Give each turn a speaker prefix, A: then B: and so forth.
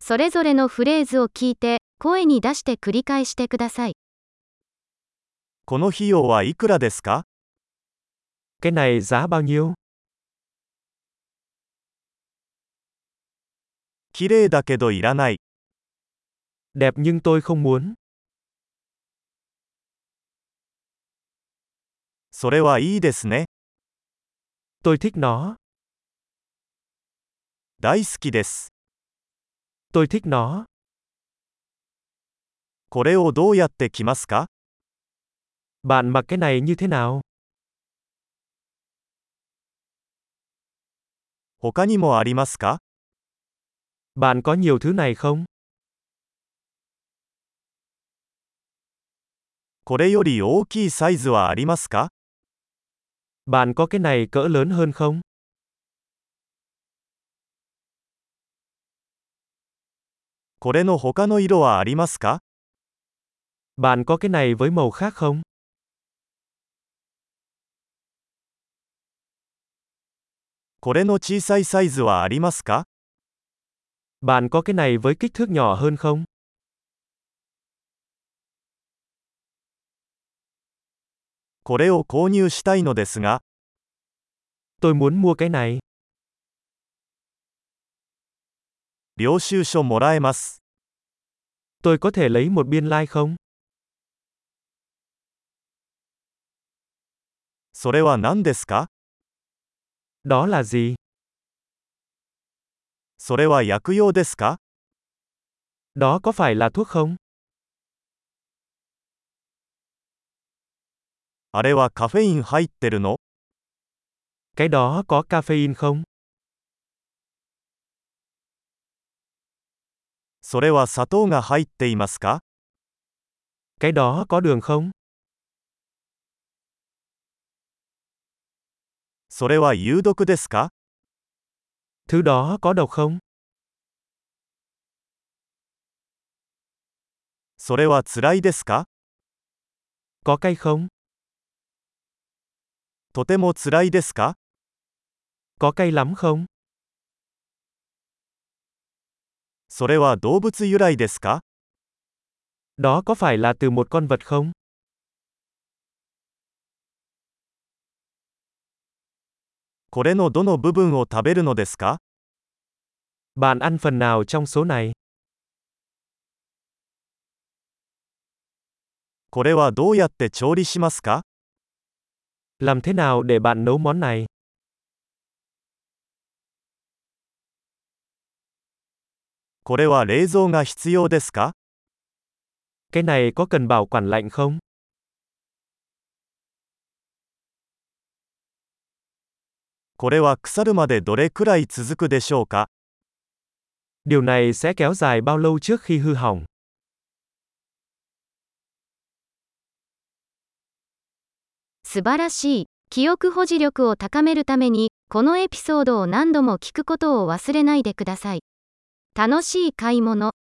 A: それぞれのフレーズを聞いて、声に出して繰り返してください。
B: この費用はいくらですか
C: Cái này giá bao nhiêu?
B: 綺麗だけどいらない。
C: Đẹp nhưng tôi không muốn.
B: それはいいですね。
C: Tôi thích nó.
B: 大好きです。
C: Tôi thích nó.
B: これをどうやって着ますか
C: Bạn mặc cái này như thế nào?
B: 他にもありますか
C: Bạn có nhiều thứ này không?
B: これより大きいサイズはありますか
C: Bạn có cái này cỡ lớn hơn không?
B: これの他の色はありますか
C: Bạn có cái này với màu khác không?
B: これの小さいサイズはありますか
C: Bạn có cái này với kích thước nhỏ hơn không?
B: これを購入したいのですが、
C: Tôi muốn mua cái này.
B: 領収書もらえます。
C: Tôi có thể lấy một biên lai không?
B: それは何ですか
C: Đó là gì?
B: それは薬用ですか
C: Đó có phải là thuốc không?
B: あれはカフェイン入ってるの
C: Cái đó có caffeine không?
B: それは砂糖が入っていますか
C: Cái đó có đường không?
B: それは有毒ですか
C: Thứ đó có độc không?
B: それは辛いですか
C: Có cay không?
B: とても辛いですか
C: Có cay lắm không?
B: それは動物由来ですか
C: Đó có phải là từ một con vật không?
B: これのどの部分を食べるのですか
C: Bạn ăn phần nào trong số này?
B: これはどうやって調理しますか
C: Làm thế nào để bạn nấu món này?
B: これは冷蔵が必要ですか
C: Cái này có cần bảo quản lạnh không?
B: これは腐るまでどれくらい続くでしょうか
C: Điều này sẽ kéo dài bao lâu trước khi hư hỏng?
A: 素晴らしい。記憶保持力を高めるために、このエピソードを何度も聞くことを忘れないでください。楽しい買い物。